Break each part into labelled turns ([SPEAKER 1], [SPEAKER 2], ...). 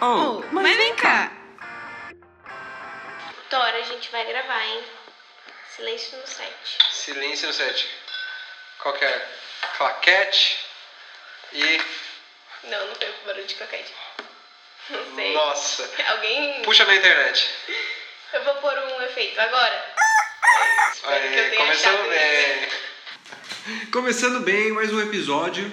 [SPEAKER 1] Oh, mas, vem cá.
[SPEAKER 2] Tora, a gente vai gravar, hein? Silêncio no set.
[SPEAKER 3] Silêncio 7. Qual que é? Claquete e.
[SPEAKER 2] Não, não foi o barulho de coquete. Não sei.
[SPEAKER 3] Nossa!
[SPEAKER 2] Alguém.
[SPEAKER 3] Puxa na internet.
[SPEAKER 2] Eu vou pôr um efeito agora. Espero que eu
[SPEAKER 3] Aí,
[SPEAKER 2] tenha
[SPEAKER 3] É, começando
[SPEAKER 2] achado
[SPEAKER 3] bem.
[SPEAKER 1] Começando bem mais um episódio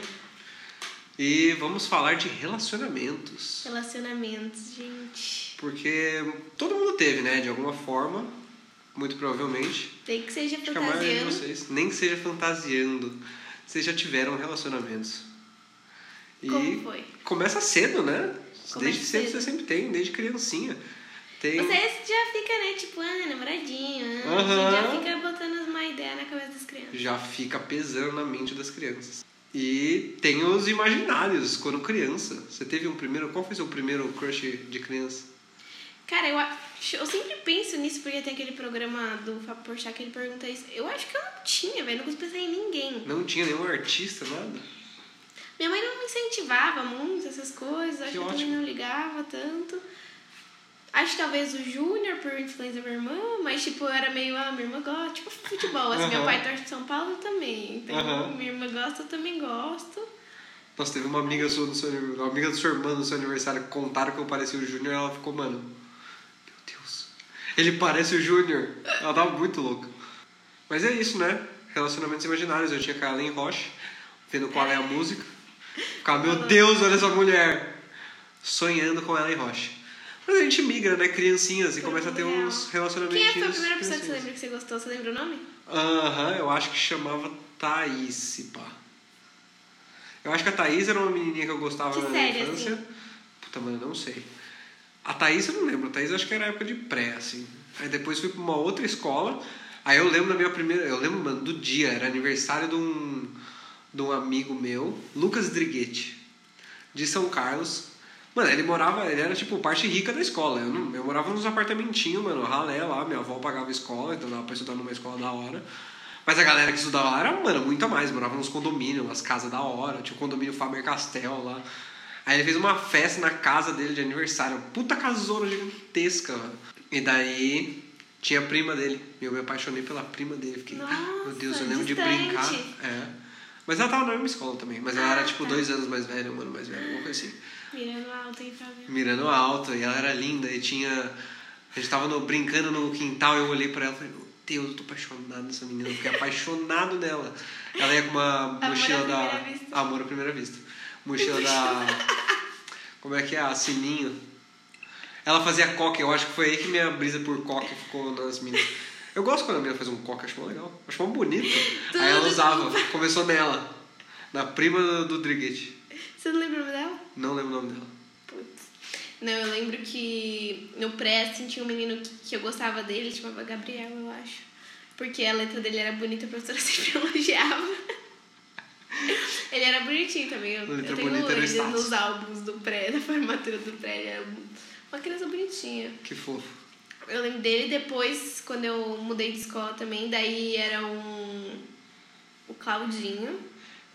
[SPEAKER 1] e vamos falar de relacionamentos.
[SPEAKER 2] Relacionamentos, gente.
[SPEAKER 1] Porque todo mundo teve, né? De alguma forma, muito provavelmente.
[SPEAKER 2] Tem que seja
[SPEAKER 1] Acho que a maioria de
[SPEAKER 2] fantasiando.
[SPEAKER 1] vocês, nem que seja fantasiando, vocês já tiveram relacionamentos. E
[SPEAKER 2] Como foi?
[SPEAKER 1] começa cedo, né?
[SPEAKER 2] Começa
[SPEAKER 1] desde cedo,
[SPEAKER 2] cedo.
[SPEAKER 1] você sempre tem, desde criancinha. Tem...
[SPEAKER 2] Você já fica, né, tipo, ah, namoradinho, ah,
[SPEAKER 1] Aham.
[SPEAKER 2] já fica botando uma ideia na cabeça das crianças.
[SPEAKER 1] já fica pesando na mente das crianças. E tem os imaginários quando criança. Você teve um primeiro. Qual foi seu primeiro crush de criança?
[SPEAKER 2] Cara, eu, acho- eu sempre penso nisso porque tem aquele programa do Fábio Porchat que ele pergunta isso. Eu acho que eu não tinha, velho, não consigo pensar em ninguém.
[SPEAKER 1] Não tinha nenhum artista, nada?
[SPEAKER 2] Minha mãe não me incentivava muito essas coisas, acho que, eu também
[SPEAKER 1] ótimo.
[SPEAKER 2] não ligava tanto. Acho que talvez o Júnior, por influência da minha irmã, mas tipo, eu era meio, ah, minha irmã gosta, tipo futebol, assim, meu
[SPEAKER 1] Aham.
[SPEAKER 2] pai torce pro São Paulo também, então
[SPEAKER 1] Aham.
[SPEAKER 2] minha irmã gosta, eu também gosto.
[SPEAKER 1] Nossa, teve uma amiga sua no seu aniversário. Uma amiga da sua irmã no seu aniversário. Contaram que eu parecia o Júnior e ela ficou, mano. Meu Deus. Ele parece o Júnior. Ela tava muito louca. Mas é isso, né? Relacionamentos imaginários. Eu tinha Karen Rocha, vendo qual é a música. Ficava, meu Deus, olha essa mulher. Sonhando com ela em Rocha. Mas a gente migra, né? Criancinhas e
[SPEAKER 2] Pro
[SPEAKER 1] começa a ter
[SPEAKER 2] mundo
[SPEAKER 1] uns
[SPEAKER 2] real.
[SPEAKER 1] relacionamentos.
[SPEAKER 2] Quem é- foi a primeira pessoa que você lembra que você gostou? Você lembra o nome?
[SPEAKER 1] Aham, eu acho que chamava Thaís, se pá. Eu acho que a Thaís era uma menininha que eu gostava
[SPEAKER 2] Que
[SPEAKER 1] na
[SPEAKER 2] série, assim?
[SPEAKER 1] minha infância. Puta, mano, eu não sei. A Thaís eu não lembro. A Thaís eu acho que era época de pré, assim. Aí depois fui pra uma outra escola. Aí eu lembro da minha primeira... Eu lembro, mano, do dia. Era aniversário de um, de um amigo meu, Lucas Driguete, de São Carlos. Mano, ele morava... Ele era, tipo, parte rica da escola. Eu, não- eu morava nos apartamentinhos, mano. Ralé lá. Minha avó pagava escola, então dava pra estudar numa escola da hora. Mas a galera que estudava lá era, mano, muito a mais. Morava nos condomínios, umas casas da hora. Tinha o condomínio Faber Castell lá. Aí ele fez uma festa na casa dele de aniversário. Puta casona gigantesca, mano. E daí tinha a prima dele. E eu me apaixonei pela prima dele. Fiquei, "Ah,
[SPEAKER 2] Nossa,
[SPEAKER 1] meu Deus, eu lembro de
[SPEAKER 2] distante.
[SPEAKER 1] brincar. É. Mas ela tava na mesma escola também. Mas ela
[SPEAKER 2] Ah,
[SPEAKER 1] era tipo
[SPEAKER 2] tá.
[SPEAKER 1] dois anos mais velha, um ano mais velha, alguma coisa assim
[SPEAKER 2] Mirando alto e Fabiana.
[SPEAKER 1] mirando alto, e ela era linda, e tinha. A gente tava no- brincando no quintal, eu olhei pra ela e falei, meu Deus, eu tô apaixonado nessa menina, eu fiquei apaixonado nela. Ela ia com uma
[SPEAKER 2] à
[SPEAKER 1] mochila da.
[SPEAKER 2] primeira vista.
[SPEAKER 1] Amor à primeira vista. Mochila da. Como é que é? A Sininho. Ela fazia coque, eu acho que foi aí que minha brisa por coque ficou nas meninas. Eu gosto quando a menina faz um coque, acho mó legal, acho mó bonito. Aí ela
[SPEAKER 2] Tudo
[SPEAKER 1] usava, começou nela, na prima do, do Driguete.
[SPEAKER 2] Você não lembra o nome dela?
[SPEAKER 1] Não lembro o nome dela.
[SPEAKER 2] Putz. Não, eu lembro que no pré, assim, tinha um menino que, que eu gostava dele, chamava Gabriel, eu acho. Porque a letra dele era bonita, a professora sempre elogiava. Ele era bonitinho também. Eu,
[SPEAKER 1] Letra
[SPEAKER 2] eu tenho
[SPEAKER 1] bonita era
[SPEAKER 2] ele
[SPEAKER 1] status.
[SPEAKER 2] nos álbuns do pré, da formatura do pré. Ele era um, uma criança bonitinha.
[SPEAKER 1] Que fofo.
[SPEAKER 2] Eu lembro dele depois, quando eu mudei de escola também. Daí era um. O Claudinho.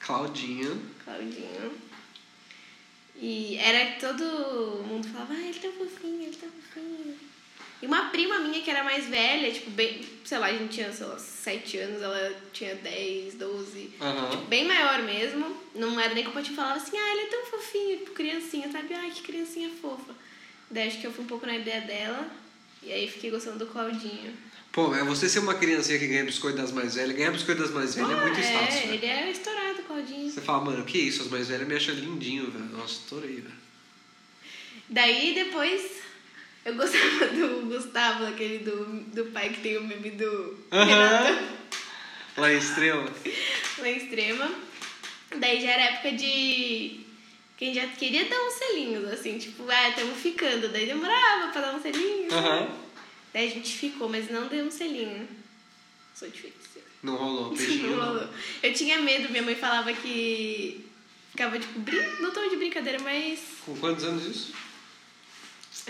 [SPEAKER 1] Claudinha.
[SPEAKER 2] Claudinho. E era que todo mundo falava, ah, ele tá fofinho, ele tá fofinho. E uma prima minha que era mais velha, tipo, bem, sei lá, a gente tinha, sei lá, 7 anos, ela tinha 10, 12,
[SPEAKER 1] Aham.
[SPEAKER 2] bem maior mesmo. Não era nem compatível, falava assim, ah, ele é tão fofinho, tipo, criancinha, sabe? Ai, que criancinha fofa. Daí acho que eu fui um pouco na ideia dela, e aí fiquei gostando do Claudinho.
[SPEAKER 1] Pô, mas você ser uma criancinha que ganha biscoito das mais velhas, ganhar biscoito das mais velhas é muito
[SPEAKER 2] Ah,
[SPEAKER 1] status,
[SPEAKER 2] é,
[SPEAKER 1] velho.
[SPEAKER 2] ele é estourado, Claudinho.
[SPEAKER 1] Você fala, mano, que isso, as mais velhas me acham lindinho, velho. Nossa, estourei, velho.
[SPEAKER 2] Daí depois eu gostava do Gustavo, aquele do, do pai que tem o meme do Renato
[SPEAKER 1] Aham. Lá em estrela.
[SPEAKER 2] lá em extrema. Daí já era época de. Quem já queria dar uns selinhos, assim, tipo, ah, estamos ficando. Daí demorava pra dar um selinho.
[SPEAKER 1] Aham.
[SPEAKER 2] Daí a gente ficou, mas não deu um selinho. Sou difícil.
[SPEAKER 1] Não rolou, Um beijinho.
[SPEAKER 2] Não
[SPEAKER 1] não.
[SPEAKER 2] rolou. Eu tinha medo, minha mãe falava que. Ficava, tipo, brin... no tom de brincadeira, mas.
[SPEAKER 1] Com quantos anos isso?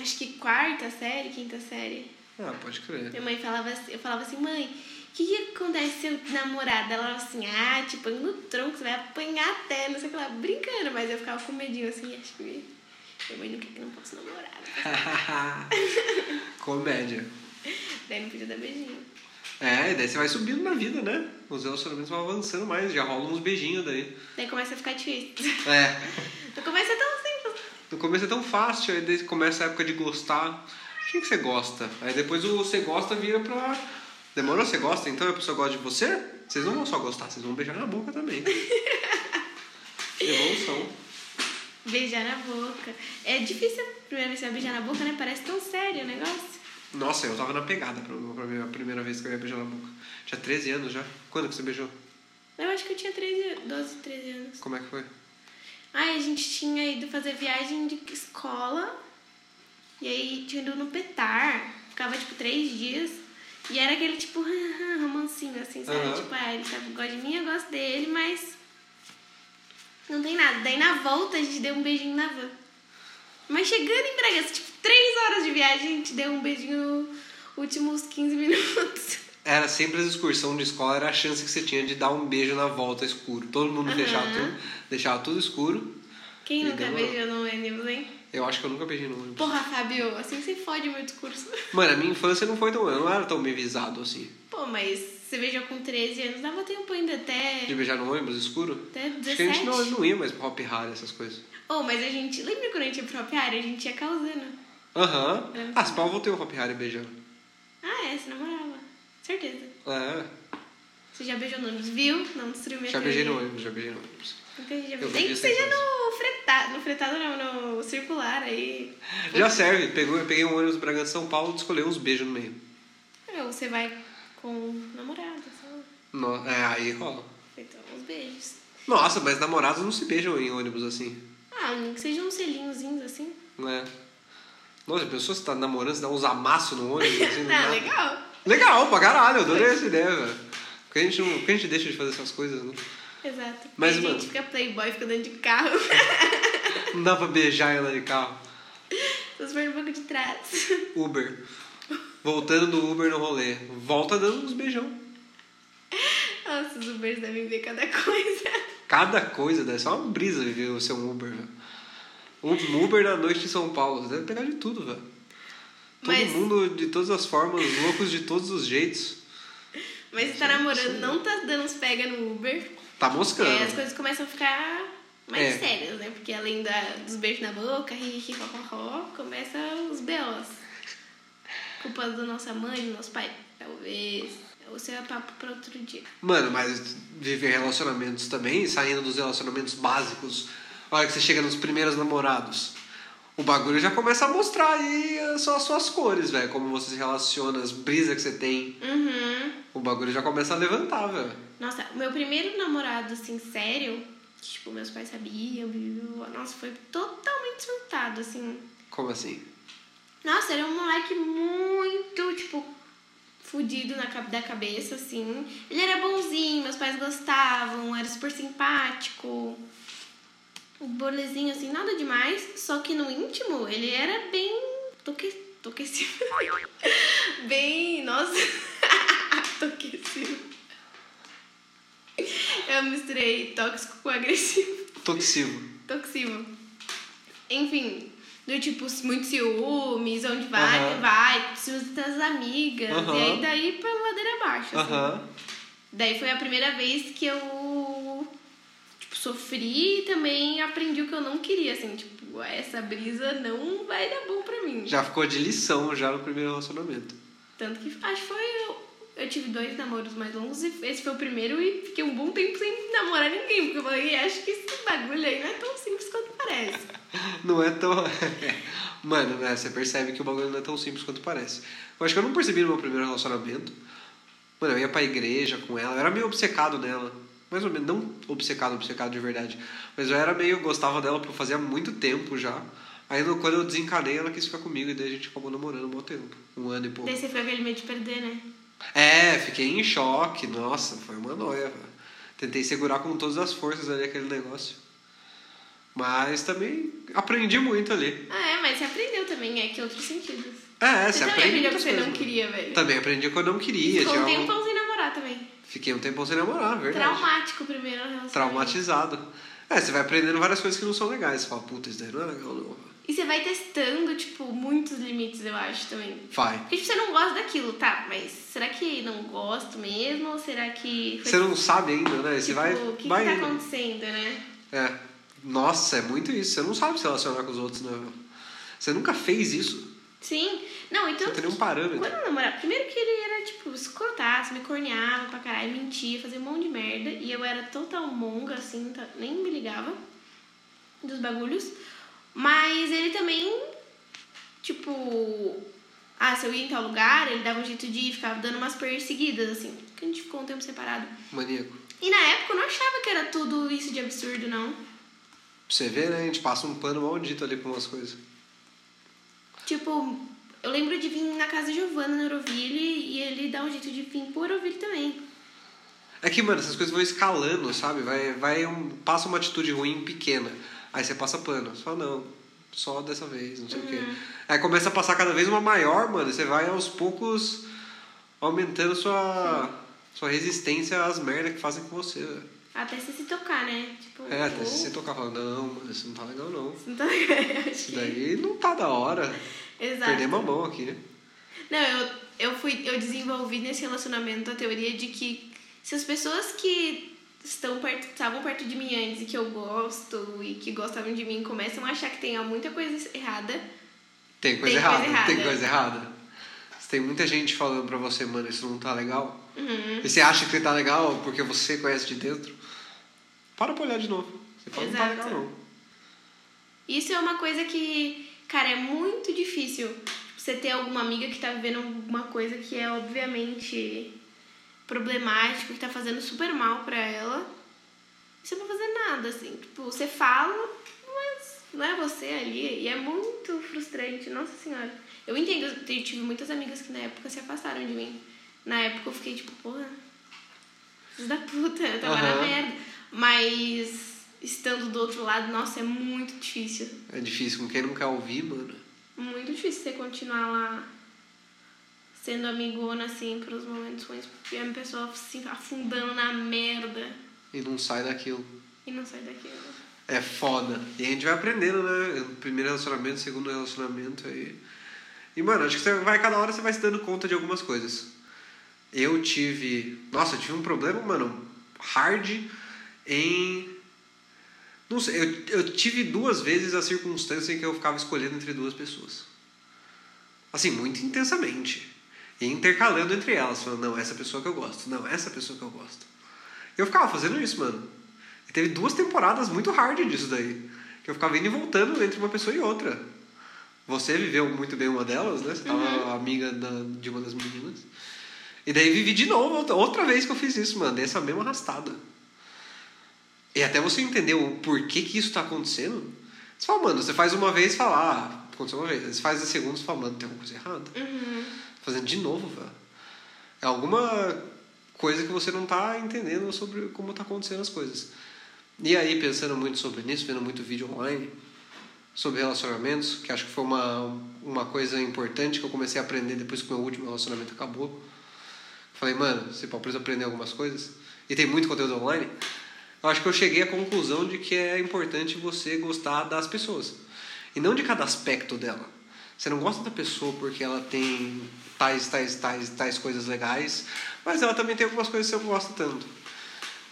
[SPEAKER 2] Acho que quarta série, quinta série.
[SPEAKER 1] Ah, pode crer.
[SPEAKER 2] Minha mãe falava assim, eu falava assim, mãe, o que, que acontece se eu namorar? Ela falava assim, ah, te põe no tronco, você vai apanhar até, não sei o que lá, brincando, mas eu ficava com medinho assim, acho que Minha mãe não quer que eu não possa namorar.
[SPEAKER 1] Comédia.
[SPEAKER 2] Daí não podia dar beijinho.
[SPEAKER 1] É, e daí você vai subindo na vida, né? Os relacionamentos vão avançando mais, já rolam uns beijinhos daí.
[SPEAKER 2] Daí começa a ficar difícil.
[SPEAKER 1] É.
[SPEAKER 2] Não começa tão simples.
[SPEAKER 1] No começo é tão fácil, aí daí começa a época de gostar. O que que você gosta? Aí depois o você gosta vira pra. Demorou, você gosta? Então a pessoa gosta de você? Vocês não vão só gostar, vocês vão beijar na boca também. Evolução.
[SPEAKER 2] Beijar na boca. É difícil a primeira vez que você vai beijar na boca, né? Parece tão sério o negócio.
[SPEAKER 1] Nossa, eu tava na pegada pra, pra mim, a primeira vez que eu ia beijar na boca. Tinha 13 anos já. Quando que você beijou?
[SPEAKER 2] Eu acho que eu tinha 13, 12, 13 anos.
[SPEAKER 1] Como é que foi?
[SPEAKER 2] Aí a gente tinha ido fazer viagem de escola. E aí tinha ido no Petar. Ficava tipo três dias. E era aquele tipo romancinho, assim, sabe?
[SPEAKER 1] Aham.
[SPEAKER 2] Tipo, ah, ele tá, gosta de mim, eu gosto dele, mas. Não tem nada. Daí na volta a gente deu um beijinho na van. Mas chegando em Bragança, tipo, três horas de viagem, a gente deu um beijinho nos últimos 15 minutos.
[SPEAKER 1] Era sempre as excursão de escola, era a chance que você tinha de dar um beijo na volta escuro. Todo mundo
[SPEAKER 2] Aham.
[SPEAKER 1] deixava tudo, deixava tudo escuro.
[SPEAKER 2] Quem
[SPEAKER 1] E
[SPEAKER 2] nunca
[SPEAKER 1] demorou.
[SPEAKER 2] beijou no ônibus, hein?
[SPEAKER 1] Eu acho que eu nunca beijei no ônibus.
[SPEAKER 2] Porra, Fábio, assim você fode meu discurso.
[SPEAKER 1] Mano, a minha infância não foi tão. Eu não era tão bevisado assim.
[SPEAKER 2] Pô, mas você beijou com 13 anos, dava tempo ainda até,
[SPEAKER 1] De beijar no ônibus escuro.
[SPEAKER 2] até
[SPEAKER 1] Tipo, Acho que a
[SPEAKER 2] 17.
[SPEAKER 1] gente não, não ia mais pro Hop Harry, essas coisas.
[SPEAKER 2] Oh, mas a gente. Lembra quando a gente ia pro própria área? A gente ia causando.
[SPEAKER 1] Aham.
[SPEAKER 2] Era muito
[SPEAKER 1] Ah, se pau eu voltei o Hop Harry beijando.
[SPEAKER 2] Ah, é, você namorava. Certeza.
[SPEAKER 1] É.
[SPEAKER 2] Você já beijou no ônibus, viu? Não destruiu minha
[SPEAKER 1] Já beijei no
[SPEAKER 2] teoria.
[SPEAKER 1] ônibus, já beijei no ônibus.
[SPEAKER 2] Entendi, já beijei.
[SPEAKER 1] Eu
[SPEAKER 2] Nem
[SPEAKER 1] beijei
[SPEAKER 2] que
[SPEAKER 1] sem
[SPEAKER 2] seja no fretado. No fretado não, no circular aí.
[SPEAKER 1] Já serve. Pegou, eu peguei um ônibus Bragança São Paulo e escolhi uns beijos no meio.
[SPEAKER 2] Ou você vai com o namorado, só.
[SPEAKER 1] No- é, aí rola.
[SPEAKER 2] Então, uns beijos.
[SPEAKER 1] Nossa, mas namorados não se beijam em ônibus assim,
[SPEAKER 2] Ah, nem que sejam uns selinhozinhos assim.
[SPEAKER 1] né? Nossa, a pessoa se tá namorando, você dá uns amassos no ônibus assim. do
[SPEAKER 2] Ah,
[SPEAKER 1] nada.
[SPEAKER 2] legal.
[SPEAKER 1] Legal, pra caralho, eu adorei essa ideia, velho. Porque a gente, não, porque a gente deixa de fazer essas coisas, né?
[SPEAKER 2] Exato.
[SPEAKER 1] Mas,
[SPEAKER 2] Aí a
[SPEAKER 1] mano-
[SPEAKER 2] gente fica playboy, fica dentro de carro.
[SPEAKER 1] Não dá pra beijar ela de carro.
[SPEAKER 2] Os no banco de trás.
[SPEAKER 1] Uber. Voltando do Uber no rolê. Volta dando uns beijão.
[SPEAKER 2] Nossa, os Ubers devem ver cada coisa.
[SPEAKER 1] Cada coisa, né? Só uma brisa viver o seu Uber, velho. Um Uber na noite em São Paulo. Você deve pegar de tudo, velho. Todo
[SPEAKER 2] Mas-
[SPEAKER 1] mundo de todas as formas, loucos de todos os jeitos.
[SPEAKER 2] Mas você tá namorando, não tá dando uns pega no Uber.
[SPEAKER 1] Tá
[SPEAKER 2] E
[SPEAKER 1] moscando.
[SPEAKER 2] aí É, as coisas começam a ficar mais
[SPEAKER 1] É.
[SPEAKER 2] sérias, né? Porque além da, dos beijos na boca, ri, ri, ho, ho, ho, começa os B.O.s. Culpa da nossa mãe, do nosso pai, talvez. Ou seu é papo pra outro dia.
[SPEAKER 1] Mano, mas viver relacionamentos também, saindo dos relacionamentos básicos, a hora que você chega nos primeiros namorados, o bagulho já começa a mostrar aí as suas, as suas cores, velho. Como você se relaciona, as brisas que você tem.
[SPEAKER 2] Uhum.
[SPEAKER 1] O bagulho já começa a levantar, velho.
[SPEAKER 2] Nossa, o meu primeiro namorado, assim, sério, que, tipo, meus pais sabiam, blá, blá, blá, nossa, foi totalmente surtado, assim.
[SPEAKER 1] Como assim?
[SPEAKER 2] Nossa, ele é um moleque muito, tipo, fudido na, ca- da cabeça, assim. Ele era bonzinho, meus pais gostavam, era super simpático. Um bolezinho, assim, nada demais. Só que no íntimo, ele era bem... Toque... Toquecido. bem... Nossa. Toquecido. Eu misturei tóxico com agressivo.
[SPEAKER 1] Toxivo.
[SPEAKER 2] Toxivo. Enfim, do tipo, muito ciúmes, onde vai,
[SPEAKER 1] Aham.
[SPEAKER 2] vai, ciúmes das amigas.
[SPEAKER 1] Aham.
[SPEAKER 2] E aí daí pela ladeira abaixo. assim.
[SPEAKER 1] Aham.
[SPEAKER 2] Daí foi a primeira vez que eu tipo, sofri e também aprendi o que eu não queria, assim, tipo, essa brisa não vai dar bom pra mim.
[SPEAKER 1] Já ficou de lição já no primeiro relacionamento.
[SPEAKER 2] Tanto que acho que foi. Eu, eu tive dois namoros mais longos e esse foi o primeiro e fiquei um bom tempo sem namorar ninguém, porque eu falei, acho que esse bagulho aí não é tão simples quanto parece.
[SPEAKER 1] Não é tão. Mano, né, você percebe que o bagulho não é tão simples quanto parece. Eu acho que eu não percebi no meu primeiro relacionamento. Mano, eu ia pra igreja com ela, eu era meio obcecado nela. Mais ou menos, não obcecado, obcecado de verdade. Mas eu era meio, gostava dela porque eu fazia muito tempo já. Aí no- quando eu desencanei, ela quis ficar comigo e daí a gente acabou namorando um bom tempo. Um ano e pouco.
[SPEAKER 2] Daí você fica com aquele medo de perder, né?
[SPEAKER 1] É, fiquei em choque. Nossa, foi uma noia. velho. Tentei segurar com todas as forças ali aquele negócio. Mas também aprendi muito ali.
[SPEAKER 2] Ah, é, mas você aprendeu também, é que outros sentidos.
[SPEAKER 1] É,
[SPEAKER 2] Você
[SPEAKER 1] você,
[SPEAKER 2] também
[SPEAKER 1] aprende
[SPEAKER 2] aprendeu o que
[SPEAKER 1] muitas
[SPEAKER 2] você não
[SPEAKER 1] coisas, né?
[SPEAKER 2] queria, velho.
[SPEAKER 1] Também aprendi o que eu não queria.
[SPEAKER 2] Ficou um
[SPEAKER 1] tinha um-
[SPEAKER 2] tempão sem namorar também.
[SPEAKER 1] Fiquei um tempão sem namorar, verdade.
[SPEAKER 2] Traumático o primeiro relacionamento.
[SPEAKER 1] Traumatizado. É, você vai aprendendo várias coisas que não são legais. Você fala, puta, isso daí não é legal, não.
[SPEAKER 2] E você vai testando, tipo, muitos limites, eu acho, também.
[SPEAKER 1] Vai.
[SPEAKER 2] Porque, tipo, você não gosta daquilo, tá? Mas será que não gosto mesmo? Ou será que... foi,
[SPEAKER 1] Você não sabe ainda, né? Você
[SPEAKER 2] tipo,
[SPEAKER 1] vai.
[SPEAKER 2] O que, que
[SPEAKER 1] vai
[SPEAKER 2] tá
[SPEAKER 1] indo.
[SPEAKER 2] acontecendo, né?
[SPEAKER 1] É. Nossa, é muito isso. Você não sabe se relacionar com os outros, né? Você nunca fez isso.
[SPEAKER 2] Sim. Não, então...
[SPEAKER 1] Não tem um nenhum parâmetro.
[SPEAKER 2] Quando eu namorava, primeiro que ele era, tipo, escrotaço, me corneava pra caralho, mentia, fazia um monte de merda. E eu era total monga, assim, tá- nem me ligava dos bagulhos. Mas ele também, tipo, ah, se eu ia em tal lugar, ele dava um jeito de ir, ficava dando umas perseguidas, assim. Que a gente ficou um tempo separado.
[SPEAKER 1] Maníaco.
[SPEAKER 2] E na época eu não achava que era tudo isso de absurdo, não.
[SPEAKER 1] Pra você ver, né? A gente passa um pano maldito ali pra umas coisas.
[SPEAKER 2] Tipo, eu lembro de vir na casa de Giovanna, no Euroville, e ele dá um jeito de vir pro Euroville também.
[SPEAKER 1] É que, mano, essas coisas vão escalando, sabe? Vai, vai um- passa uma atitude ruim pequena. Aí você passa pano. Só não. Só dessa vez, não sei o quê. Aí começa a passar cada vez uma maior, mano. e Você vai aos poucos aumentando sua, sua resistência às merdas que fazem com você. velho.
[SPEAKER 2] Até você se tocar, né? Tipo,
[SPEAKER 1] É, até
[SPEAKER 2] ou-
[SPEAKER 1] se você tocar falando, não, mano, isso não tá legal não.
[SPEAKER 2] Não tá ligado? Acho
[SPEAKER 1] Isso
[SPEAKER 2] que-
[SPEAKER 1] daí não tá da hora.
[SPEAKER 2] Exato.
[SPEAKER 1] Perdemos a mão aqui, né?
[SPEAKER 2] Não, eu, eu, fui, eu desenvolvi nesse relacionamento a teoria de que se as pessoas que estão perto, estavam perto de mim antes e que eu gosto e que gostavam de mim começam a achar que tem muita coisa errada,
[SPEAKER 1] Tem
[SPEAKER 2] Tem
[SPEAKER 1] coisa
[SPEAKER 2] coisa
[SPEAKER 1] errada, tem
[SPEAKER 2] errada.
[SPEAKER 1] coisa errada. Se tem muita gente falando pra você, mano, isso não tá legal.
[SPEAKER 2] uhum.
[SPEAKER 1] E você acha que tá legal porque você conhece de dentro. Para pra olhar de novo. Você fala, não tá
[SPEAKER 2] Exato.
[SPEAKER 1] legal não.
[SPEAKER 2] isso é uma coisa que, cara, é muito difícil. Tipo, Você ter alguma amiga que tá vivendo alguma coisa que é obviamente problemático, que tá fazendo super mal pra ela. Você não vai fazer nada, assim. Tipo, você fala, mas não é você ali. E é muito frustrante, nossa senhora. Eu entendo, eu te- tive muitas amigas que na época se afastaram de mim. Na época eu fiquei tipo, porra, filhos da puta, eu tava na
[SPEAKER 1] Aham.
[SPEAKER 2] merda. Mas estando do outro lado, nossa, é muito difícil.
[SPEAKER 1] É difícil com quem não quer ouvir, mano.
[SPEAKER 2] Muito difícil você continuar lá sendo amigona, assim, pelos momentos ruins, porque a pessoa se afundando na merda
[SPEAKER 1] E não sai daquilo.
[SPEAKER 2] e não sai daquilo.
[SPEAKER 1] É foda. E a gente vai aprendendo, né? Primeiro relacionamento, segundo relacionamento aí. E, mano, acho que você vai, cada hora você vai se dando conta de algumas coisas. Eu tive. Nossa, eu tive um problema, mano, hard em. Não sei, eu, eu tive duas vezes a circunstância em que eu ficava escolhendo entre duas pessoas. Assim, muito intensamente. E intercalando entre elas, falando, não, essa pessoa que eu gosto, não, essa pessoa que eu gosto. Eu ficava fazendo isso, mano. E teve duas temporadas muito hard disso daí. Que eu ficava indo e voltando entre uma pessoa e outra. Você viveu muito bem uma delas, né? Você tava amiga da- de uma das meninas. E daí vivi de novo, outra- outra vez que eu fiz isso, mano. Dei essa mesma arrastada. E até você entender o porquê que isso tá acontecendo. Você fala, mano, você faz uma vez e fala, ah, aconteceu uma vez. Aí Você faz a segunda e fala, mano, tem alguma coisa errada. Fazendo de novo, velho. É alguma coisa que você não tá entendendo sobre como tá acontecendo as coisas. E aí, pensando muito sobre nisso, vendo muito vídeo online sobre relacionamentos, que acho que foi uma, uma coisa importante que eu comecei a aprender depois que o meu último relacionamento acabou. Falei, mano, se pau, preciso aprender algumas coisas. E tem muito conteúdo online. Eu acho que eu cheguei à conclusão de que é importante você gostar das pessoas. E não de cada aspecto dela. Você não gosta da pessoa porque ela tem tais, tais, tais, tais coisas legais, mas ela também tem algumas coisas que você não gosta tanto.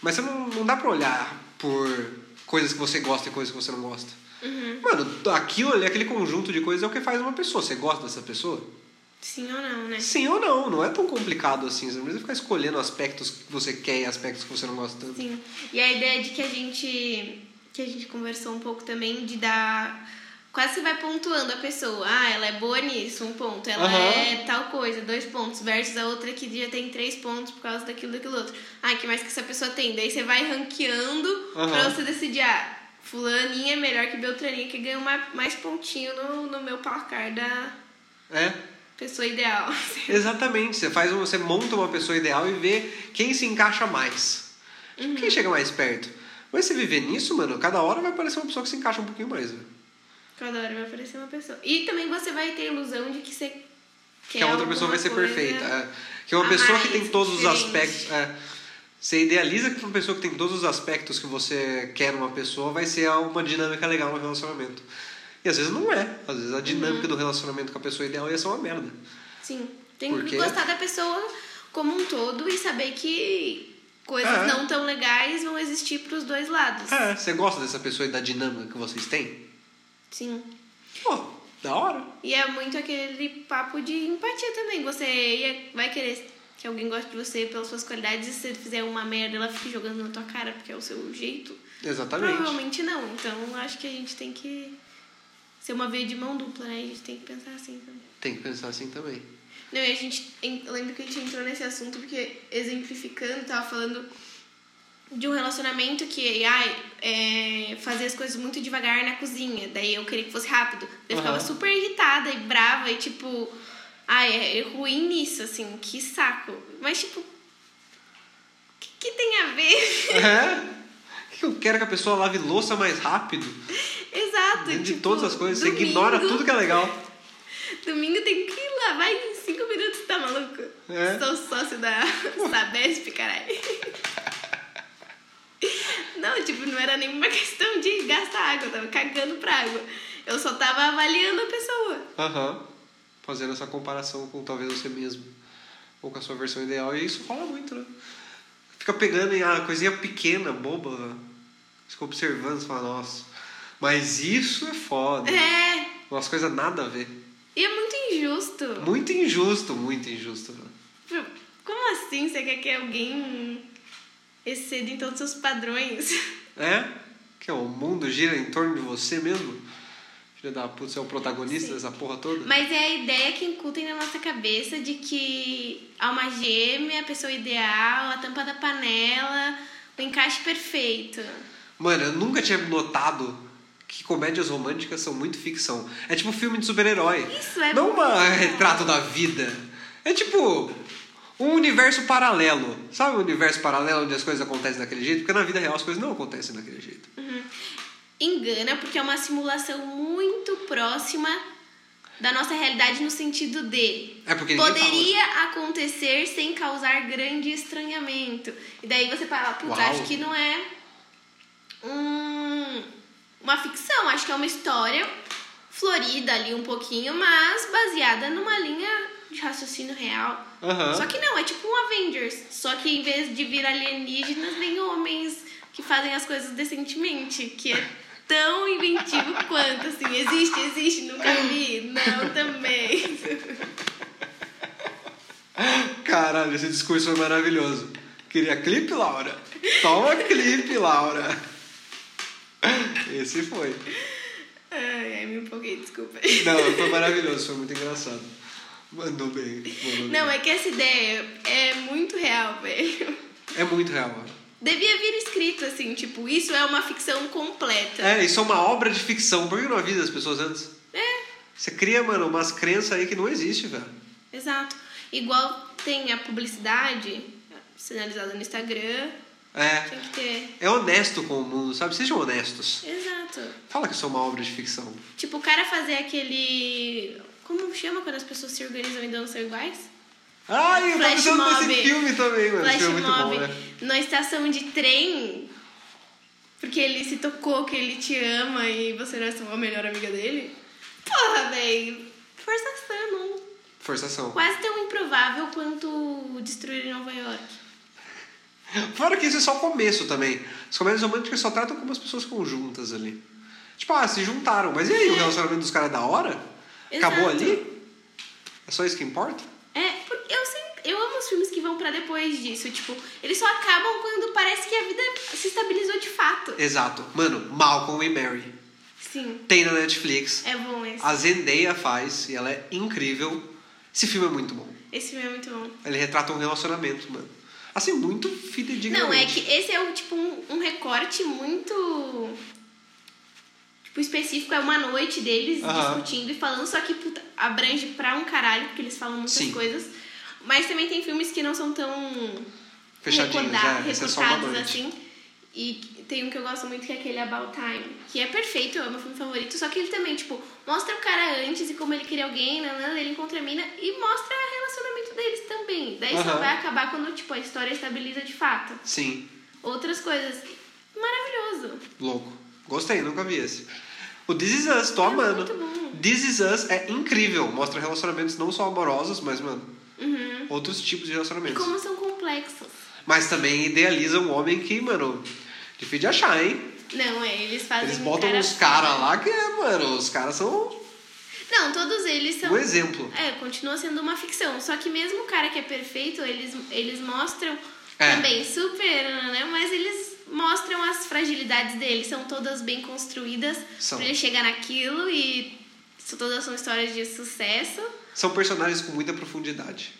[SPEAKER 1] Mas você não, não dá pra olhar por coisas que você gosta e coisas que você não gosta. Mano, aquilo ali, aquele conjunto de coisas é o que faz uma pessoa. Você gosta dessa pessoa?
[SPEAKER 2] Sim ou não, né?
[SPEAKER 1] Sim ou não, não é tão complicado assim. Você não precisa ficar escolhendo aspectos que você quer e aspectos que você não gosta tanto.
[SPEAKER 2] Sim. E a ideia de que a gente que a gente conversou um pouco também de dar quase você vai pontuando a pessoa. Ah, ela é boa nisso, um ponto. Ela
[SPEAKER 1] Aham.
[SPEAKER 2] é tal coisa, dois pontos. Versus a outra que já tem três pontos por causa daquilo, daquilo outro. Ah, que mais que essa pessoa tem? Daí você vai ranqueando
[SPEAKER 1] Aham.
[SPEAKER 2] pra você decidir, ah, fulaninha é melhor que Beltraninha, que ganha uma- mais pontinho no, no meu placar da
[SPEAKER 1] É,
[SPEAKER 2] pessoa ideal.
[SPEAKER 1] Exatamente. Você faz um, você monta uma pessoa ideal e vê quem se encaixa mais. Tipo, Quem chega mais perto. Mas se viver nisso, mano, cada hora vai aparecer uma pessoa que se encaixa um pouquinho mais, velho.
[SPEAKER 2] Cada hora vai aparecer uma pessoa. E também você vai ter a ilusão de que você
[SPEAKER 1] Que a outra pessoa vai ser
[SPEAKER 2] é alguma coisa.
[SPEAKER 1] perfeita. é. Que uma
[SPEAKER 2] a
[SPEAKER 1] pessoa que
[SPEAKER 2] mais
[SPEAKER 1] tem todos os
[SPEAKER 2] diferente.
[SPEAKER 1] aspectos. é. Você idealiza que uma pessoa que tem todos os aspectos que você quer numa pessoa vai ser uma dinâmica legal no relacionamento. E E às vezes não é. Às vezes a dinâmica
[SPEAKER 2] Uhum.
[SPEAKER 1] do relacionamento com a pessoa ideal ia ser uma merda.
[SPEAKER 2] Sim. Tem que
[SPEAKER 1] Porque-
[SPEAKER 2] gostar da pessoa como um todo e saber que coisas
[SPEAKER 1] É.
[SPEAKER 2] não tão legais vão existir pros dois lados.
[SPEAKER 1] É, você gosta dessa pessoa e da dinâmica que vocês têm?
[SPEAKER 2] Sim.
[SPEAKER 1] Pô, da hora.
[SPEAKER 2] E é muito aquele papo de empatia também. Você ia- vai querer que alguém goste de você pelas suas qualidades e se você fizer uma merda, ela fica jogando na tua cara porque é o seu jeito.
[SPEAKER 1] Exatamente.
[SPEAKER 2] Provavelmente não. Então acho que a gente tem que ser uma via de mão dupla, né? A gente tem que pensar assim também.
[SPEAKER 1] Tem que pensar assim também.
[SPEAKER 2] Não, e a gente. em- Eu lembro que a gente entrou nesse assunto porque, exemplificando, tava falando de um relacionamento que, ai, é, fazia as coisas muito devagar na cozinha. Daí eu queria que fosse rápido. Eu
[SPEAKER 1] Aham.
[SPEAKER 2] ficava super irritada e brava e, tipo, ai, é ruim nisso, assim, que saco. Mas, tipo, o que, que tem a ver?
[SPEAKER 1] É? Que Eu quero que a pessoa lave louça mais rápido.
[SPEAKER 2] Exato.
[SPEAKER 1] Dentro de
[SPEAKER 2] tipo,
[SPEAKER 1] todas as coisas, você
[SPEAKER 2] domingo-
[SPEAKER 1] ignora tudo que é legal.
[SPEAKER 2] Domingo tem que lavar em 5 minutos, tá maluco?
[SPEAKER 1] É.
[SPEAKER 2] Sou sócio da Sabesp, caralho. Não, tipo, não era nenhuma questão de gastar água, eu tava cagando pra água. Eu só tava avaliando a pessoa.
[SPEAKER 1] Aham. Fazendo essa comparação com talvez você mesmo. Ou com a sua versão ideal. E isso rola muito, né? Fica pegando em a coisinha pequena, boba. Fica observando e fala, nossa. Mas isso é foda.
[SPEAKER 2] É,
[SPEAKER 1] Umas coisas nada a ver.
[SPEAKER 2] e é muito injusto.
[SPEAKER 1] Muito injusto, muito injusto. né?
[SPEAKER 2] Tipo, Como assim você quer que alguém exceda em todos os seus padrões?
[SPEAKER 1] É? Que o mundo gira em torno de você mesmo? Filho da puta, você é o protagonista dessa porra toda?
[SPEAKER 2] Mas é a ideia que incutem na nossa cabeça de que a alma gêmea, a pessoa ideal, a tampa da panela, o encaixe perfeito.
[SPEAKER 1] Mano, eu nunca tinha notado que comédias românticas são muito ficção. É tipo filme de super-herói.
[SPEAKER 2] Isso, é
[SPEAKER 1] Não
[SPEAKER 2] muito
[SPEAKER 1] um
[SPEAKER 2] legal.
[SPEAKER 1] retrato da vida. É tipo um universo paralelo. Sabe o universo paralelo onde as coisas acontecem daquele jeito? Porque na vida real as coisas não acontecem daquele jeito.
[SPEAKER 2] Engana, porque é uma simulação muito próxima da nossa realidade no sentido de.
[SPEAKER 1] É porque ninguém
[SPEAKER 2] Poderia acontecer sem causar grande estranhamento. E daí você fala, putz,
[SPEAKER 1] Uau.
[SPEAKER 2] acho que não é um, uma ficção, acho que é uma história florida ali um pouquinho, mas baseada numa linha de raciocínio real.
[SPEAKER 1] Aham.
[SPEAKER 2] Só que não, é tipo um Avengers. Só que em vez de vir alienígenas, vem homens que fazem as coisas decentemente, que é tão inventivo quanto, assim, existe, existe, nunca vi, não, também.
[SPEAKER 1] Caralho, esse discurso foi maravilhoso. Queria clipe, Laura? Toma clipe, Laura. Esse foi.
[SPEAKER 2] Ai, ai, me empolguei, desculpa.
[SPEAKER 1] Não, foi maravilhoso, foi muito engraçado. Mandou bem. Mandou
[SPEAKER 2] Não,
[SPEAKER 1] bem.
[SPEAKER 2] é que essa ideia é muito real, velho.
[SPEAKER 1] É muito real. mano.
[SPEAKER 2] Devia vir escrito assim, tipo, isso é uma ficção completa.
[SPEAKER 1] É, isso é uma obra de ficção. Por que não avisa as pessoas antes?
[SPEAKER 2] É,
[SPEAKER 1] Você cria, mano, umas crenças aí que não existe, velho.
[SPEAKER 2] exato. Igual tem a publicidade sinalizada no Instagram,
[SPEAKER 1] É.
[SPEAKER 2] tem que ter.
[SPEAKER 1] É honesto com o mundo, sabe? Sejam honestos.
[SPEAKER 2] Exato.
[SPEAKER 1] Fala que isso é uma obra de ficção.
[SPEAKER 2] Tipo, o cara fazer aquele. Como chama quando as pessoas se organizam e dançam iguais?
[SPEAKER 1] Ai, eu tô
[SPEAKER 2] Flash
[SPEAKER 1] pensando nesse
[SPEAKER 2] mob.
[SPEAKER 1] filme também, mano. Esse
[SPEAKER 2] Flash
[SPEAKER 1] filme é muito
[SPEAKER 2] mob
[SPEAKER 1] bom, né?
[SPEAKER 2] na estação de trem, porque ele se tocou que ele te ama e você não é só a melhor amiga dele. Porra, velho. Forçação, não.
[SPEAKER 1] Forçação.
[SPEAKER 2] Quase tão improvável quanto destruir Nova York.
[SPEAKER 1] Fora que isso é só o começo também. As comédias românticas só tratam como as pessoas conjuntas ali. Tipo, ah, se juntaram. Mas e aí, o relacionamento dos caras é da hora? Acabou
[SPEAKER 2] Exato.
[SPEAKER 1] ali? É só isso que importa?
[SPEAKER 2] É, porque eu sempre, eu amo os filmes que vão pra depois disso, tipo, eles só acabam quando parece que a vida se estabilizou de fato.
[SPEAKER 1] Exato. Mano, Malcolm e Mary.
[SPEAKER 2] Sim,
[SPEAKER 1] Tem na Netflix.
[SPEAKER 2] é bom esse.
[SPEAKER 1] A Zendaya faz e ela é incrível. Esse filme é muito bom.
[SPEAKER 2] Esse filme é muito bom.
[SPEAKER 1] Ele retrata um relacionamento, mano. Assim, muito fidedigno.
[SPEAKER 2] Não, é que esse é um, tipo um, um recorte muito tipo específico, é uma noite deles
[SPEAKER 1] Aham.
[SPEAKER 2] discutindo e falando, só que puta, abrange pra um caralho, porque eles falam muitas
[SPEAKER 1] Sim.
[SPEAKER 2] coisas. Mas também tem filmes que não são tão
[SPEAKER 1] Fechadinho,
[SPEAKER 2] recordar-
[SPEAKER 1] já. Esse é só uma
[SPEAKER 2] recortados,
[SPEAKER 1] noite.
[SPEAKER 2] assim. E tem um que eu gosto muito que é aquele About Time, que é perfeito, é o meu filme favorito, só que ele também, tipo, mostra o cara antes e como ele queria alguém, nanana, ele encontra a mina e mostra o relacionamento deles também. Daí só
[SPEAKER 1] Aham.
[SPEAKER 2] vai acabar quando, tipo, a história estabiliza de fato.
[SPEAKER 1] Sim.
[SPEAKER 2] Outras coisas. Maravilhoso.
[SPEAKER 1] Louco. Gostei, nunca vi esse. O This Is Us, tô amando.
[SPEAKER 2] É muito bom.
[SPEAKER 1] This Is Us é incrível. Mostra relacionamentos não só amorosos, mas, mano,
[SPEAKER 2] Uhum.
[SPEAKER 1] outros tipos de
[SPEAKER 2] E
[SPEAKER 1] relacionamentos.
[SPEAKER 2] como são complexos.
[SPEAKER 1] Mas também idealiza um homem que, mano, difícil de achar, hein?
[SPEAKER 2] Não, é, eles fazem.
[SPEAKER 1] Eles
[SPEAKER 2] um
[SPEAKER 1] botam
[SPEAKER 2] cara
[SPEAKER 1] uns caras
[SPEAKER 2] foda.
[SPEAKER 1] lá que é, mano, os caras são
[SPEAKER 2] Não, todos eles são.
[SPEAKER 1] um exemplo.
[SPEAKER 2] É, continua sendo uma ficção. Só que mesmo o cara que é perfeito, eles, eles mostram
[SPEAKER 1] É.
[SPEAKER 2] também super, né? Mas eles mostram as fragilidades dele. São todas bem construídas
[SPEAKER 1] São.
[SPEAKER 2] pra ele chegar naquilo e são- todas são histórias de sucesso.
[SPEAKER 1] São personagens com muita profundidade.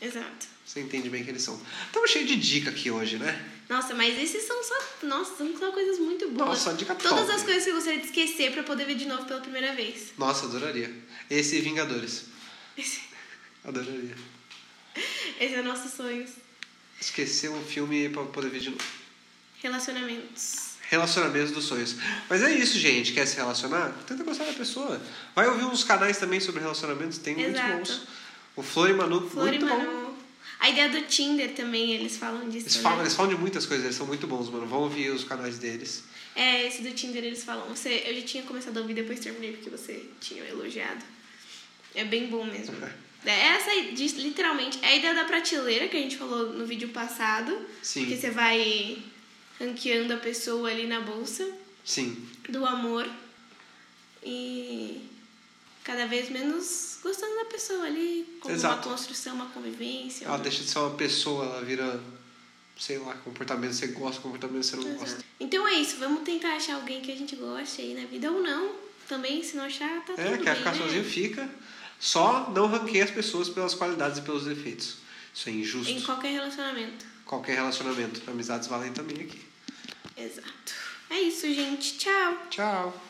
[SPEAKER 2] Exato.
[SPEAKER 1] Você entende bem que eles são. Estamos cheios de dica aqui hoje, né?
[SPEAKER 2] Nossa, mas esses são só. Nossa, são só coisas muito boas.
[SPEAKER 1] Nossa, dica
[SPEAKER 2] Todas
[SPEAKER 1] top.
[SPEAKER 2] as coisas que eu gostaria de esquecer pra poder ver de novo pela primeira vez.
[SPEAKER 1] Nossa, adoraria. Esse e Vingadores.
[SPEAKER 2] Esse,
[SPEAKER 1] Adoraria.
[SPEAKER 2] esse é o nosso sonho.
[SPEAKER 1] Esquecer um filme pra poder ver de novo.
[SPEAKER 2] Relacionamentos.
[SPEAKER 1] Relacionamentos dos sonhos. Mas é isso, gente. Quer se relacionar? Tenta gostar da pessoa. Vai ouvir uns canais também sobre relacionamentos, tem
[SPEAKER 2] Exato.
[SPEAKER 1] muitos bons. O Flor e Manu,
[SPEAKER 2] Flor e
[SPEAKER 1] muito bom.
[SPEAKER 2] Manu. A ideia do Tinder também, eles falam disso.
[SPEAKER 1] Eles
[SPEAKER 2] né?
[SPEAKER 1] falam, eles falam de muitas coisas, eles são muito bons, mano. Vão ouvir os canais deles.
[SPEAKER 2] É, esse do Tinder eles falam. Você, eu já tinha começado a ouvir, depois terminei porque você tinha elogiado. É bem bom mesmo. É essa, aí, diz- literalmente, é a ideia da prateleira que a gente falou no vídeo passado.
[SPEAKER 1] Sim.
[SPEAKER 2] Que você vai ranqueando a pessoa ali na bolsa
[SPEAKER 1] Sim.
[SPEAKER 2] do amor e cada vez menos gostando da pessoa ali, como
[SPEAKER 1] Exato.
[SPEAKER 2] uma construção, uma convivência.
[SPEAKER 1] Ela
[SPEAKER 2] uma-
[SPEAKER 1] deixa de ser uma pessoa, ela vira, sei lá, comportamento que você gosta, comportamento que você não gosta.
[SPEAKER 2] Exato. Então é isso, vamos tentar achar alguém que a gente goste aí na vida ou não. Também, se não achar, tá
[SPEAKER 1] É,
[SPEAKER 2] tudo
[SPEAKER 1] quer
[SPEAKER 2] bem,
[SPEAKER 1] ficar
[SPEAKER 2] né?
[SPEAKER 1] sozinho, fica. Só não ranqueie as pessoas pelas qualidades e pelos defeitos. Isso é injusto.
[SPEAKER 2] Em qualquer relacionamento.
[SPEAKER 1] Qualquer relacionamento. Amizades valem também aqui.
[SPEAKER 2] Exato. É isso, gente. Tchau.
[SPEAKER 1] Tchau.